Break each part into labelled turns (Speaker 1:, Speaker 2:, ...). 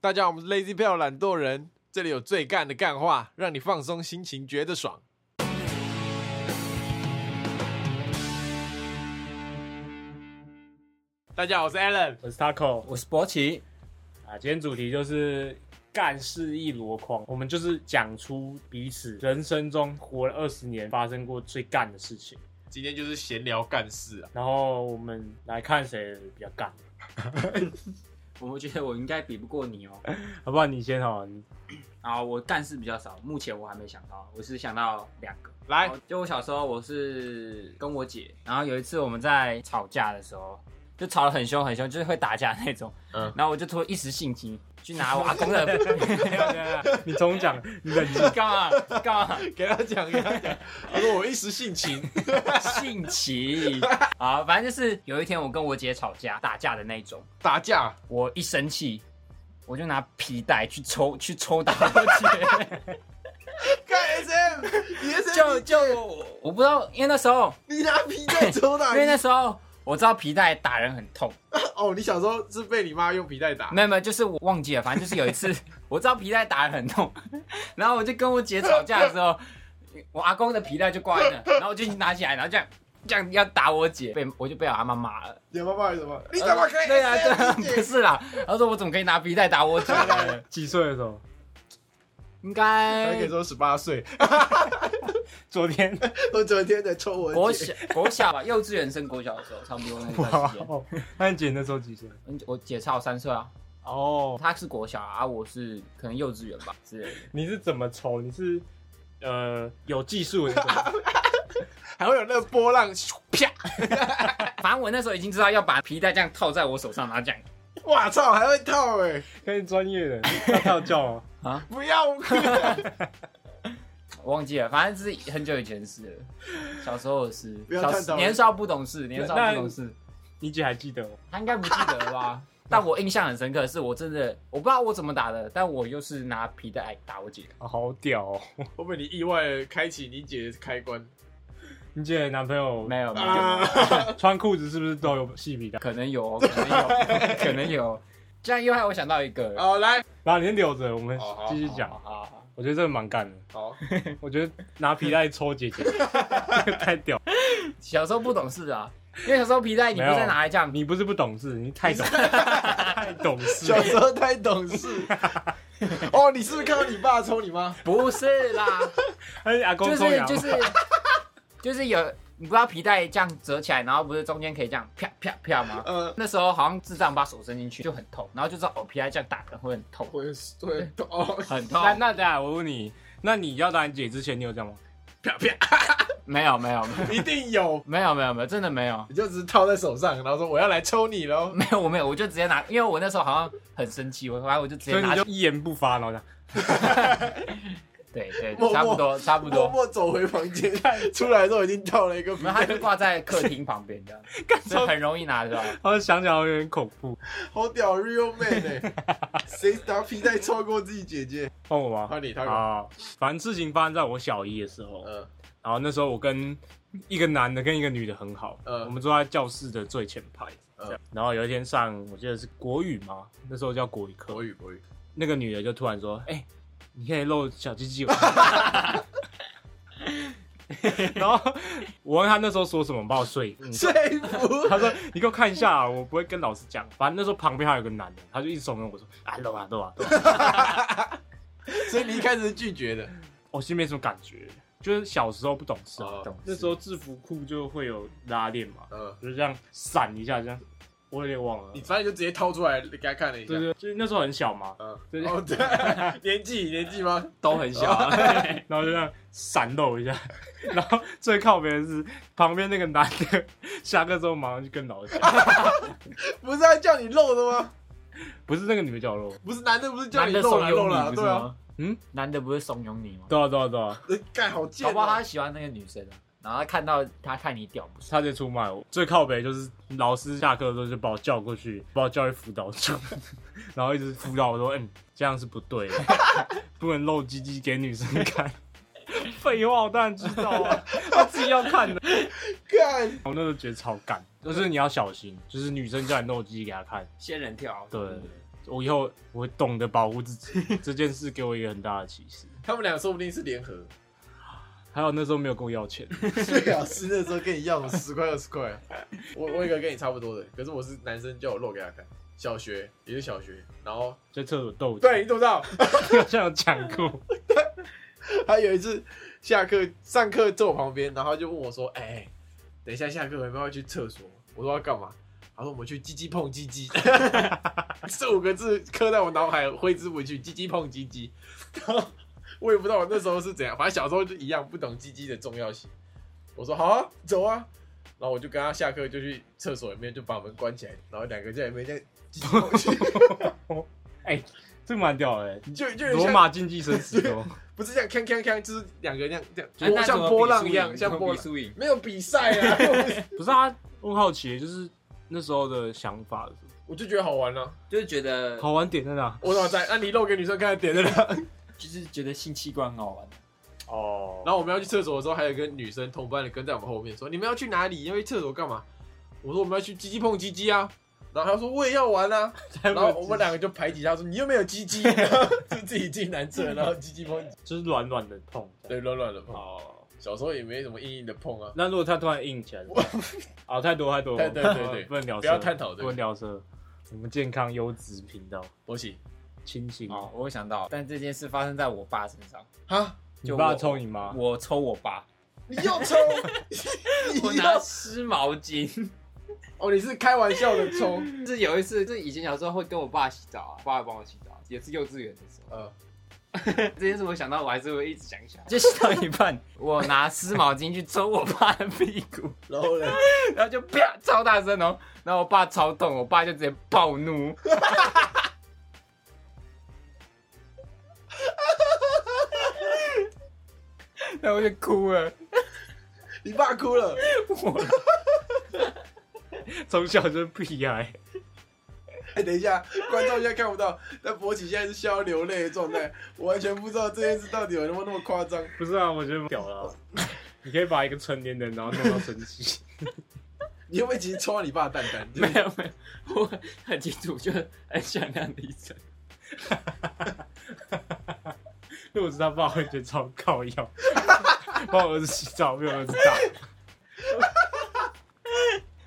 Speaker 1: 大家好，我们是 Lazy p a l 懒惰人，这里有最干的干话，让你放松心情，觉得爽。大家好，我是 Alan。
Speaker 2: 我是 Taco
Speaker 3: 我是博奇，
Speaker 2: 啊，今天主题就是干事一箩筐，我们就是讲出彼此人生中活了二十年发生过最干的事情，
Speaker 1: 今天就是闲聊干事啊，
Speaker 2: 然后我们来看谁比较干，啊
Speaker 3: 我觉得我应该比不过你哦。
Speaker 2: 好不好？你先好了，你
Speaker 3: 啊，我干事比较少，目前我还没想到，我是想到两个。
Speaker 1: 来
Speaker 3: 好，就我小时候我是跟我姐，然后有一次我们在吵架的时候，就吵得很凶很凶，就是会打架那种。
Speaker 1: 嗯
Speaker 3: 然后我就突然一时性急，去拿我阿公 的， 没有没有没有
Speaker 2: 你重讲，你冷静。
Speaker 3: 你干嘛干嘛？
Speaker 1: 给他讲，给他讲。他说我一时性情，
Speaker 3: 性急啊，反正就是有一天我跟我姐吵架打架的那种。
Speaker 1: 打架，
Speaker 3: 我一生气，我就拿皮带去抽去抽打我姐，
Speaker 1: 看 SM，你 SM，
Speaker 3: 就就我不知道，因为那时候，
Speaker 1: 你拿皮带抽打
Speaker 3: 因为那时候我知道皮带打人很痛，
Speaker 1: 哦，你小时候是被你妈用皮带打？
Speaker 3: 没有没有，就是我忘记了，反正就是有 一次我知道皮带打人很痛， 然后我就跟我姐吵架的时候，我阿公的皮带就挂在那，然后我就拿起来，然后这样这样要打我姐，被我就被我阿妈骂了。
Speaker 1: 你妈妈有什呃么？你怎么可以？
Speaker 3: 对啊，对啊，不是啦，她说我怎么可以拿皮带打我姐呢？
Speaker 2: 几岁的时候？
Speaker 3: 应
Speaker 1: 他
Speaker 3: 该
Speaker 1: 可以说十八岁，
Speaker 2: 昨天。
Speaker 1: 我昨天在抽我
Speaker 3: 国
Speaker 1: 姐
Speaker 3: 小国小吧，幼稚园升国小的时候，差不多那一段时 间。
Speaker 2: 哇，哦那你姐那时候几岁？
Speaker 3: 嗯我姐差我三岁啊，
Speaker 2: 哦，
Speaker 3: 她是国小啊，啊我是可能幼稚园吧之类的。
Speaker 2: 你是怎么抽？你是呃有技术的那种，
Speaker 1: 还会有那个波浪，咻啪！
Speaker 3: 反正我那时候已经知道要把皮带这样套在我手上，然后这样
Speaker 1: 哇操，还会套哎、
Speaker 2: 跟是专业人要跳教哦。
Speaker 1: 不要！ 我
Speaker 3: 我忘记了，反正是很久以前的事了。小时候的事，
Speaker 1: 不要
Speaker 3: 小
Speaker 1: 探讨了
Speaker 3: 年少不懂事，年少
Speaker 2: 那
Speaker 3: 不懂事，
Speaker 2: 你姐还记得吗？
Speaker 3: 她应该不记得 了吧？但我印象很深刻，是我真的我不知道我怎么打的，但我又是拿皮带打我姐。
Speaker 2: 啊好屌哦！
Speaker 1: 后面你意外的开启你姐的开关
Speaker 2: 你姐的男朋友
Speaker 3: 没有，没有，
Speaker 1: 啊！
Speaker 2: 穿裤子是不是都有细皮带？
Speaker 3: 可 能有，可能有，可能有。这样又害我想到一个，
Speaker 1: 好来，
Speaker 2: 然后你先留着，我们
Speaker 1: 好哦好
Speaker 2: 继续讲
Speaker 3: 好。好好，
Speaker 2: 我觉得这个蛮干 的，
Speaker 1: 好，
Speaker 2: 我觉得拿皮带抽姐姐这个太屌。
Speaker 3: 小时候不懂事啊，因为小时候皮带你不是
Speaker 2: 没有
Speaker 3: 拿来这样
Speaker 2: 你不是不懂事，你 太懂太懂事
Speaker 1: 小。时候太懂 事。哦，你是不是看到你爸抽你妈？
Speaker 3: 不是啦，
Speaker 2: 而哎且阿公
Speaker 3: 就
Speaker 2: 抽
Speaker 3: 是
Speaker 2: 牙，
Speaker 3: 就是就是有，你不知道皮带这样折起来，然后不是中间可以这样啪啪啪吗？
Speaker 1: 呃，
Speaker 3: 那时候好像智障把手伸进去就很痛，然后就知道哦，皮带这样打的会很痛，
Speaker 1: 我也是对哦，
Speaker 3: 很痛。
Speaker 2: 那那等下我问你，那你要打你姐之前，你有这样吗？
Speaker 1: 啪啪，
Speaker 3: 没有没有 没有
Speaker 1: 一定有。
Speaker 3: 没有没有没有，真的没有
Speaker 1: 你就只是套在手上，然后说我要来抽你喽。
Speaker 3: 没有我没有，我就直接拿，因为我那时候好像很生气，我反正我就直
Speaker 2: 所
Speaker 3: 接
Speaker 2: 以你
Speaker 3: 拿
Speaker 2: 就，一言不发，然后这样
Speaker 3: 对对
Speaker 1: 默，默
Speaker 3: 差不多差不
Speaker 1: 默
Speaker 3: 多。
Speaker 1: 默走回房间，出来的时候已经套了一个皮
Speaker 3: 然后它
Speaker 1: 带
Speaker 3: 就，挂在客厅旁 边这样，所以很容易拿，是吧？
Speaker 2: 然后想想有点恐怖。
Speaker 1: 好屌，real man 哎、 谁拿皮带抽过自己姐姐？
Speaker 2: 换我吗？
Speaker 1: 换你，他说，
Speaker 2: 啊，反正事情发生在我小一的时候，
Speaker 1: 呃，
Speaker 2: 然后那时候我跟一个男的跟一个女的很好，
Speaker 1: 嗯
Speaker 2: 我们坐在教室的最前排，
Speaker 1: 嗯
Speaker 2: 这样然后有一天上我记得是国语嘛，那时候叫国语课，
Speaker 1: 国语国语，
Speaker 2: 那个女的就突然说：“哎、你可以露小鸡鸡吗？” 然后我问她那时候说什么，把我睡 醒。
Speaker 1: 说服
Speaker 2: 她说：“你给我看一下啊、我不会跟老师讲。”反正那时候旁边还有个男的，他就一直怂恿我说：“啊，露啊，露啊，露啊
Speaker 1: 所以你一开始是拒绝的，
Speaker 2: 我心里没什么感觉，就是小时候不懂事啊。
Speaker 1: 哦
Speaker 3: 懂
Speaker 2: 那时候制服裤就会有拉链嘛，
Speaker 1: 嗯，
Speaker 2: 就是这样闪一下，这样我有点忘了
Speaker 1: 你。反正就直接掏出来给他看了一下
Speaker 2: 对，对，就是那时候很小嘛，
Speaker 1: 嗯，
Speaker 2: 对
Speaker 1: 哦对，年纪年纪吗？
Speaker 3: 都很小 啊，
Speaker 2: 然后就这样闪抖一下， 然后最靠边的是旁边那个男的，下课之后马上就跟老师讲，
Speaker 1: 不是要叫你露的吗？
Speaker 2: 不是那个女的角落，
Speaker 1: 不是男的不是叫
Speaker 3: 男
Speaker 1: 你
Speaker 3: 的
Speaker 1: 露
Speaker 3: 怂
Speaker 1: 了露
Speaker 3: 恿
Speaker 1: 了，
Speaker 3: 你不
Speaker 1: 对
Speaker 3: 是
Speaker 1: 啊，
Speaker 3: 吗？
Speaker 2: 嗯，
Speaker 3: 男的不是怂恿你吗？
Speaker 2: 对啊对啊对啊，
Speaker 1: 呃干好贱
Speaker 3: 搞
Speaker 1: 哦，
Speaker 3: 不好他喜欢那个女生啊，然后他看到他看你屌不是？
Speaker 2: 他直接出卖我。最靠北就是老师下课的时候就把我叫过去，把我叫去辅导处， 然后一直辅导我说，嗯，这样是不对的，不能露鸡鸡给女生看。 废话，我当然知道啊， 他自己要看的。
Speaker 1: 干，
Speaker 2: 我那时候觉得超干，就是你要小心，就是女生叫你露鸡鸡给她看，
Speaker 1: 嗯
Speaker 3: 仙人跳，
Speaker 2: 对，我以后我会懂得保护自己，这件事给我一个很大的启示。
Speaker 1: 他们俩说不定是联 合，
Speaker 2: 还有那时候没有跟我要钱，
Speaker 1: 最老师啊那时候跟你要十块二十块，我我有一个跟你差不多的，可是我是男生，叫我露给他看。小学也是小学，然后
Speaker 2: 在厕所逗我，
Speaker 1: 对你怎么知道？
Speaker 2: 好像有讲过，
Speaker 1: 他有一次下课上课坐我旁边，然后他就问我说：“哎、等一下下课我们要去厕所？”我说要干嘛？他说我们去鸡鸡碰鸡 鸡，这五个字刻在我脑海挥之不去，鸡鸡碰鸡鸡。 然后我也不知道我那时候是怎样，反正小时候就一样，不懂鸡鸡的重要性。我说好啊，走啊。然后我就跟他下课就去厕所里面，就把门关起来，然后两个在里面在鸡鸡碰鸡鸡，
Speaker 2: 哎、这蛮屌的、欸，
Speaker 1: 就就有点
Speaker 2: 罗
Speaker 1: 像
Speaker 2: 马竞技生死斗，
Speaker 1: 不是这样锵锵锵，就是两个人这样这
Speaker 3: 哎
Speaker 1: 样，
Speaker 3: 那
Speaker 1: 像
Speaker 3: 怎么比
Speaker 1: 波浪
Speaker 3: 输
Speaker 1: 一
Speaker 3: 赢
Speaker 1: 样，像
Speaker 3: 怎么
Speaker 1: 波
Speaker 3: 比
Speaker 1: 浪。
Speaker 3: 输赢。
Speaker 1: 没有比赛啊，
Speaker 2: 不是啊？我好奇，就是那时候的想法是什么
Speaker 1: 我就觉得好玩了、啊
Speaker 3: 就是觉得，
Speaker 2: 好玩点在哪？
Speaker 1: 我脑在，那、啊你露给女生看的点在哪？
Speaker 3: 就是觉得性器官很好玩。
Speaker 2: 哦，
Speaker 1: 然后我们要去厕所的时候，还有一个女生同班的跟在我们后面说：“你们要去哪里？要去厕所干嘛？”我说：“我们要去鸡鸡碰鸡鸡啊。”然后她说：“我也要玩 啊。”然后我们两个就排挤她说：“你又没有鸡鸡。”然 后就自己进男厕，然后鸡鸡碰鸡，
Speaker 2: 就是软软的碰，
Speaker 1: 对，乱乱的碰。
Speaker 2: 哦。
Speaker 1: 小时候也没什么硬硬的碰啊，
Speaker 2: 那如果他突然硬起来怎么办， 啊，太多太多，
Speaker 1: 对对对对
Speaker 2: 不能聊色，
Speaker 1: 不要探讨这个
Speaker 2: 不能聊色。我们健康优质频道，
Speaker 1: 博喜
Speaker 2: 清醒。
Speaker 3: 哦，我有想到，但这件事发生在我爸身上，
Speaker 1: 啊，
Speaker 2: 你
Speaker 3: 就
Speaker 2: 爸
Speaker 3: 我
Speaker 2: 抽你 妈，
Speaker 3: 我抽我 爸，
Speaker 1: 你又 抽，
Speaker 3: 我
Speaker 1: 你
Speaker 3: 拿
Speaker 1: 又
Speaker 3: 湿毛 巾。
Speaker 1: 哦，你是开玩笑的抽，
Speaker 3: 就是有一次，就是以前小时候会跟我爸洗澡啊，我爸会帮我洗澡，也是幼稚园的时 候。
Speaker 1: 呃，
Speaker 3: 这件事我想到，我还是会一直想起来。就洗到一半，我拿湿毛巾去抽我爸的屁股，
Speaker 1: 然后呢，
Speaker 3: 然后就啪超大声哦，然后我爸超痛，我爸就直接暴怒。 然后我就哭了，
Speaker 1: 你爸哭了，
Speaker 3: 我
Speaker 2: 从小就是屁孩，
Speaker 1: 哎、等一下，观众现在看不到，但博奇现在是笑到流泪的状态，我完全不知道这件事到底有那么那么夸张。
Speaker 2: 不是啊？我觉得屌了啊，你可以把一个成年人然后弄到生气，
Speaker 1: 你会不会其实戳到你爸的蛋蛋？
Speaker 3: 没有没有，我很清楚，就是很响亮的一声。
Speaker 2: 如果是他爸，我会觉得超靠腰。 帮我儿子洗澡，没有儿子大。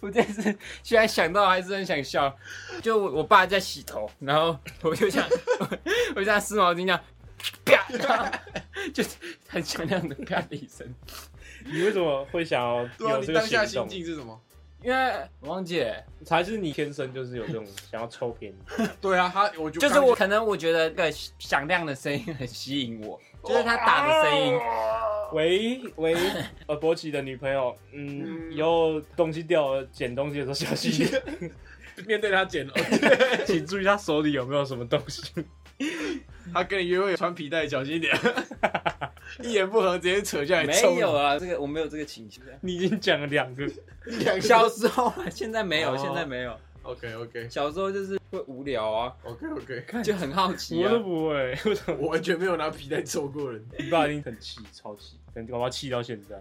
Speaker 3: 我真是现在想到还是很想笑。就我我爸在洗头，然后我就像我就像湿毛巾一样，啪，然后就是很响亮的啪的一声。
Speaker 2: 你为什么会想要
Speaker 1: 对啊，
Speaker 2: 有
Speaker 1: 你
Speaker 2: 这个
Speaker 1: 当下
Speaker 2: 行
Speaker 1: 心
Speaker 2: 动？
Speaker 1: 境是什么？
Speaker 3: 因为我忘记了，
Speaker 2: 还是你天生就是有这种想要抽别人？
Speaker 1: 对啊，他我就
Speaker 3: 就是我可能我觉得那个响亮的声音很吸引我，
Speaker 1: 哦
Speaker 3: 就是他打的声音，
Speaker 2: 喂喂，呃，博奇的女朋友，嗯，以后东西掉了，捡东西的时候小心一点，
Speaker 1: 面对他捡了，
Speaker 2: 请注意他手里有没有什么东西。
Speaker 1: 他跟你约会穿皮带，小心一点，一言不合直接扯下来抽
Speaker 3: 没有啊，这个我没有这个情绪。
Speaker 2: 你已经讲了两个，
Speaker 1: 两下。
Speaker 3: 小时候啊，现在没有，
Speaker 2: 哦
Speaker 3: 现在没有。
Speaker 1: OK OK
Speaker 3: 小时候就是会无聊啊，
Speaker 1: OK OK，
Speaker 3: 就很好奇
Speaker 2: 我
Speaker 3: 啊
Speaker 2: 都。不 会，为什么？
Speaker 1: 我完全没有拿皮带抽过人。
Speaker 2: 你爸已经很气，超气，可能我要气到现在。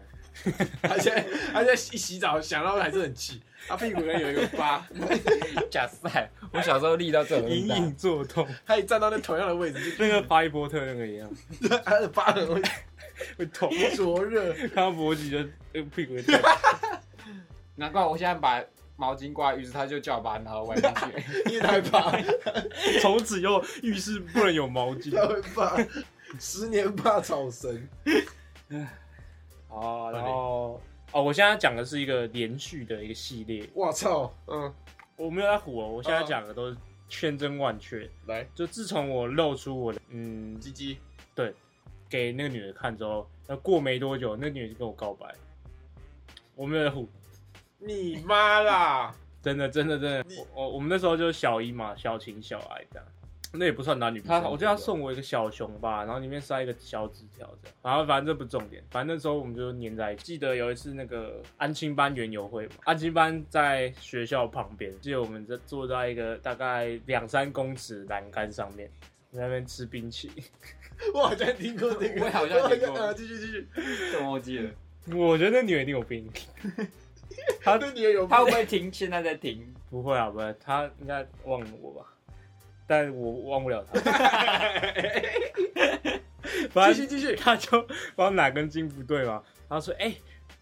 Speaker 1: 他现在他现在一洗澡想到还是很气，他屁股上有一个疤，
Speaker 3: 假赛，我小时候力到这种
Speaker 2: 隐
Speaker 3: 大
Speaker 2: 隐作痛，
Speaker 1: 他也站到那同样的位置，
Speaker 2: 啊那个哈利波特那个一样，
Speaker 1: 就 他的疤很会
Speaker 2: 会痛。
Speaker 1: 灼热。
Speaker 2: 看到博奇就呃屁股会痛。
Speaker 3: 难怪我现在把毛巾挂在浴室，他就叫我把它拿到外面 去。
Speaker 1: 因为害怕，
Speaker 2: 从此以后浴室不能有毛巾。
Speaker 1: 他会怕，十年怕草绳。
Speaker 2: 哦，然后哦，我现在讲的是一个连续的一个系列，
Speaker 1: 我操，嗯，
Speaker 2: 我没有在唬哦，我现在讲的都是千真万确。
Speaker 1: 来，
Speaker 2: 就自从我露出我的嗯
Speaker 1: 鸡鸡，
Speaker 2: 给那个女的看之后，那过没多久，那个女的就跟我告白。我没有在唬，
Speaker 1: 你妈 啦！
Speaker 2: 真的真的真的
Speaker 1: 你，
Speaker 2: 我我我们那时候就是小一嘛，小情小爱这样。那也不算男女朋友，
Speaker 3: 他
Speaker 2: 我记得他送我一个小熊吧，然后里面塞一个小纸条这样，然后反正这不重点，反正那时候我们就黏在一起。记得有一次那个安亲班园游会嘛，安亲班在学校旁边，记得我们在坐在一个大概两三公尺栏杆上面，在那边吃冰淇淋。
Speaker 1: 我好像听过这个，
Speaker 3: 我也好 像听过
Speaker 1: 啊继续继续，
Speaker 3: 怎么我记得？
Speaker 2: 我觉得那女的一定有病，
Speaker 1: 他对你也有
Speaker 3: 他
Speaker 1: 怕
Speaker 3: 会不会停？现在在停？
Speaker 2: 不会啊，不会，她应该忘了我吧？但我忘不 了他。反
Speaker 1: 继续
Speaker 2: 正
Speaker 1: 继续，
Speaker 2: 他就不知道哪根筋不对嘛，然后说：“哎、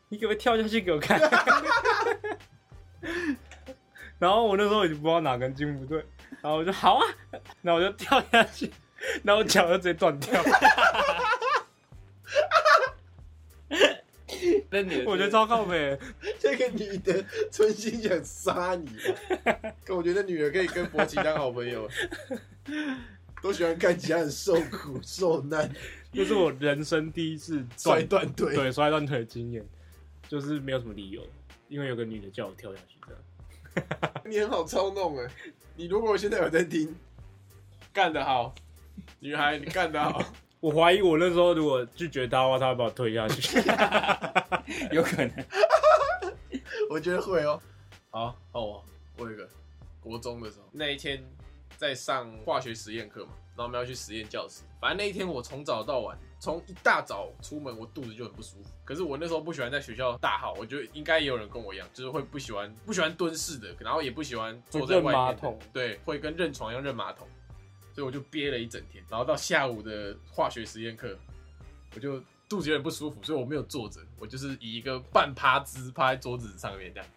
Speaker 2: 你给我跳下去给我看。” 然后我那时候已经不知道哪根筋不对，然后我就好啊， 然后我就跳下去， 然后我脚就直接断 掉。
Speaker 3: 那你
Speaker 2: 我觉得超靠北，
Speaker 1: 这个女的存心想杀你啊， 可我觉得女的可以跟博奇当好朋友，都喜欢看其他人受苦受难，
Speaker 2: 这是我人生第一次
Speaker 1: 摔
Speaker 2: 断
Speaker 1: 断腿。
Speaker 2: 对摔断腿的经验，就是没有什么理由，因为有个女的叫我跳下去这样。
Speaker 1: 你很好操弄哎！你如果现在有在听，干得好，女孩，你干得好。
Speaker 2: 我怀疑我那时候如果拒绝他的话，他会把我推下 去。
Speaker 3: 有可能。
Speaker 1: 我觉得会哦。好，好我哦我有一个国中的时候，那一天在上化学实验课嘛，然后我们要去实验教室。反正那一天我从早到晚，从一大早出门，我肚子就很不舒服。可是我那时候不喜欢在学校大号，我觉得应该也有人跟我一样，就是会不喜欢不喜欢蹲式的，然后也不喜欢坐在外
Speaker 2: 会认马
Speaker 1: 面的
Speaker 2: 桶，
Speaker 1: 对，会跟认床一样认马桶。所以我就憋了一整天，然后到下午的化学实验课，我就肚子有点不舒服，所以我没有坐着，我就是以一个半趴姿趴在桌子上面这样，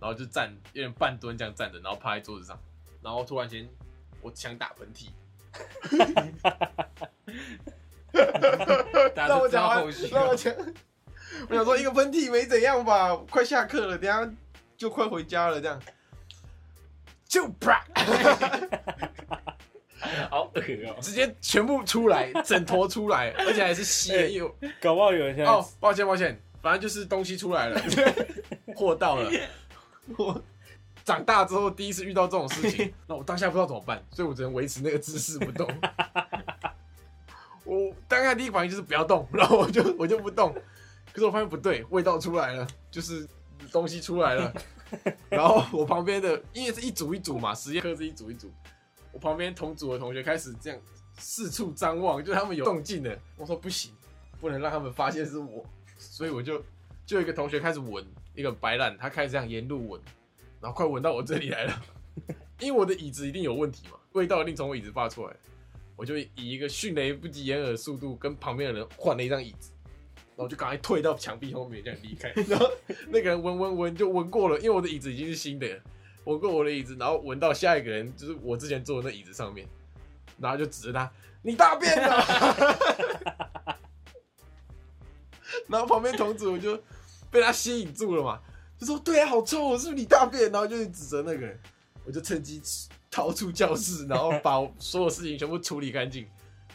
Speaker 1: 然后就站有点半蹲这样站着，然后趴在桌子上，然后突然间我想打喷嚏，
Speaker 3: 大家都知道后续了，
Speaker 1: 讲， 我想说一个喷嚏没怎样吧，快下课了，等一下就快回家了这样，就啪，
Speaker 3: 好恶哦、
Speaker 1: 直接全部出来，整坨出来，而且还是吸 的，因为我
Speaker 2: 搞不好有人现在、
Speaker 1: 哦，抱歉抱歉，反正就是东西出来了， 货到 了。我长大之后第一次遇到这种事情， 那我当下不知道怎么办，所以我只能维持那个姿势不动。我当下第一反应就是不要动，然后我就我就不动。可是我发现不对，味道出来了，就是东西出来了。 然后我旁边的，因为是一组一组嘛，实验课是一组一组，我旁边同组的同学开始这样四处张望，就是他们有动静了。我说不行，不能让他们发现是我，所以我就就有一个同学开始闻，一个白烂，他开始这样沿路闻，然后快闻到我这里来了，因为我的椅子一定有问题嘛，味道一定从我椅子发出来，我就以一个迅雷不及掩耳的速度跟旁边的人换了一张椅子。然后我就赶快退到墙壁后面，这样离开。然后那个人闻闻闻就闻过了，因为我的椅子已经是新的了，闻过我的椅子，然后闻到下一个人就是我之前坐的那椅子上面，然后就指着他：“你大便了！”然后旁边同组就被他吸引住了嘛，就说：“对啊，好臭哦，是不是你大便？”然后就是指着那个人，我就趁机逃出教室，然后把我所有事情全部处理干净，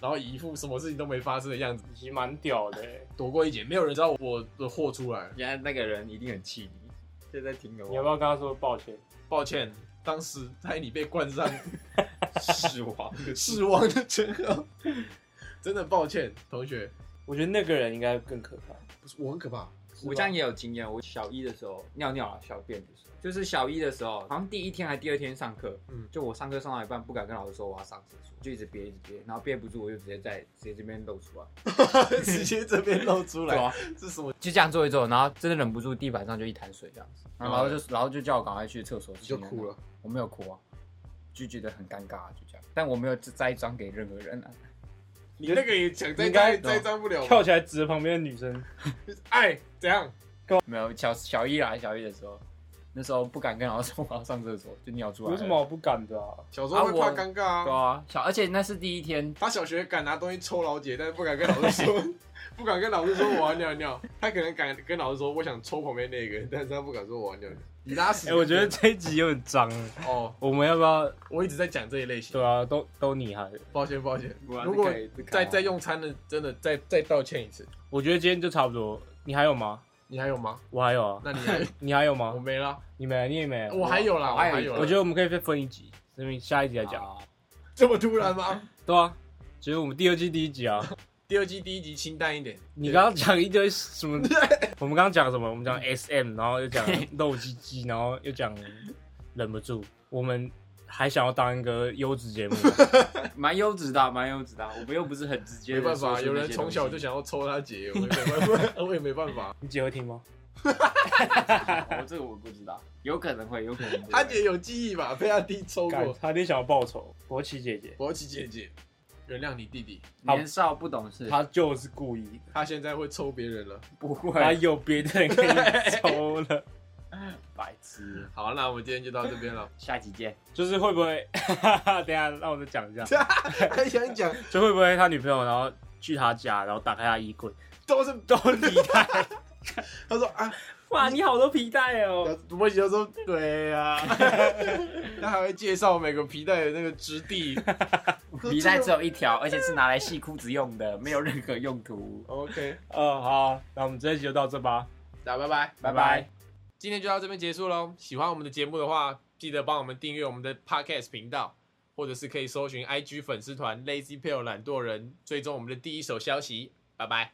Speaker 1: 然后以一副什么事情都没发生的样子
Speaker 2: 其实蛮屌的欸、
Speaker 1: 躲过一劫。没有人知道我的货出来了，
Speaker 3: 原来那个人一定很气你，现在听
Speaker 2: 你要不要跟他说抱歉？
Speaker 1: 抱歉，当时害你被冠上
Speaker 3: 死亡？
Speaker 1: 死亡的称号，真的抱歉，同学，
Speaker 2: 我觉得那个人应该更可怕。
Speaker 1: 不是我很可怕，
Speaker 3: 我这样也有经验，我小一的时候尿尿啊，小便的时候，就是小一的时候，好像第一天还第二天上课，
Speaker 1: 嗯
Speaker 3: 就我上课上到一半，不敢跟老师说我要上厕所，就一直憋一直憋，然后憋不住，我就直接在直接这边露出来，
Speaker 1: 直接这边露出
Speaker 3: 对
Speaker 1: 来，
Speaker 3: 啊，
Speaker 1: 是什么？
Speaker 3: 就这样做一做，然后真的忍不住，地板上就一滩水这样子，然后老师就然后就叫我赶快去厕所，
Speaker 1: 你就哭了，
Speaker 3: 我没有哭啊，就觉得很尴尬、啊，就这样。但我没有栽赃给任何人啊。
Speaker 1: 你那个也想栽
Speaker 2: 应该
Speaker 1: 赃栽赃不了吧，
Speaker 2: 跳起来指着旁边的女生，
Speaker 1: 哎，怎样？
Speaker 3: 没有小小一来小一的时候，那时候不敢跟老师说我要上厕所，就尿出来。
Speaker 2: 有什么？好不敢的啊？
Speaker 1: 小时候会
Speaker 3: 啊
Speaker 1: 怕
Speaker 3: 我
Speaker 1: 尴尬啊
Speaker 3: 对啊，小而且那是第一天，
Speaker 1: 他小学敢拿东西抽老姐，但是不敢跟老师说， 不敢跟老师说我要尿尿。他可能敢跟老师说我想抽旁边那个，但是他不敢说我要尿尿。你拉屎
Speaker 2: 哎、我觉得这一集有点脏欸，
Speaker 1: 哦，
Speaker 2: 我们要不要？
Speaker 1: 我一直在讲这一类型。
Speaker 2: 对啊，都都你害的。
Speaker 1: 抱歉，抱歉。
Speaker 3: 哇
Speaker 1: 如果
Speaker 3: 这个这个
Speaker 1: 再
Speaker 3: 好
Speaker 1: 再用餐的，真的再再道歉一次。
Speaker 2: 我觉得今天就差不多。你还有吗？
Speaker 1: 你还有 吗？
Speaker 2: 我还有啊。
Speaker 1: 那你还有
Speaker 2: 你还有
Speaker 1: 我
Speaker 2: 吗？
Speaker 1: 没了，
Speaker 2: 你没，你也没。
Speaker 1: 我还有啦，我
Speaker 3: 我还有
Speaker 1: 还
Speaker 3: 一
Speaker 1: 有
Speaker 3: 个
Speaker 1: 啦。
Speaker 2: 我觉得我们可以再分一集，所以下一集再讲。
Speaker 3: 啊
Speaker 1: 这么突然吗？
Speaker 2: 对啊，其实我们第二季第一集啊。
Speaker 1: 第二季第一集清淡一点。
Speaker 2: 你刚刚讲一堆什么？ 我们刚刚讲什么？我们讲 S M，然后又讲露鸡鸡，然后又讲忍不住。我们还想要当一个优质节目，
Speaker 3: 蛮优质的啊，蛮优质的啊。我们又不是啊很直接
Speaker 1: 没
Speaker 3: 地
Speaker 1: 办
Speaker 3: 说出那
Speaker 1: 法，
Speaker 3: 些东西，
Speaker 1: 有人从小就想要抽他姐，我也没办法，我也没办法。
Speaker 2: 你姐会听吗？
Speaker 3: 我这个我不知道，有可能会，有可能不会。
Speaker 1: 他姐有记忆吧？被他弟抽
Speaker 2: 干
Speaker 1: 过。
Speaker 2: 差点想要报仇。国旗姐姐，
Speaker 1: 我要琪姐姐，原谅你弟弟，
Speaker 3: 年少不懂事，
Speaker 2: 她就是故意的，
Speaker 1: 他现在会抽别人了。
Speaker 3: 不
Speaker 2: 她
Speaker 3: 会，
Speaker 2: 有别的人给你 抽了，
Speaker 3: 白痴。
Speaker 1: 好，那我们今天就到这边 了。
Speaker 3: 下集见。
Speaker 2: 就是会不会？ 等一下让我再讲一下，
Speaker 1: 还想讲
Speaker 2: 就会不会他女朋友然后去他家，然后打开他衣柜
Speaker 1: 都是
Speaker 2: 都皮带，
Speaker 1: 他说啊，
Speaker 2: 哇，你好多皮带哦！
Speaker 1: 我喜欢说对呀、 啊，他还会介绍每个皮带的那个质 地。
Speaker 3: 皮带只有一条，而且是拿来系裤子用的，没有任何用途。
Speaker 1: OK，
Speaker 2: 嗯，好，那我们这一集就到这吧，
Speaker 1: 那拜拜。
Speaker 3: 拜拜。
Speaker 1: 今天就到这边结束喽。喜欢我们的节目的话，记得帮我们订阅我们的 Podcast 频道，或者是可以搜寻 IG 粉丝团 Lazy p a l e 懒惰人，追踪我们的第一手消息。拜拜。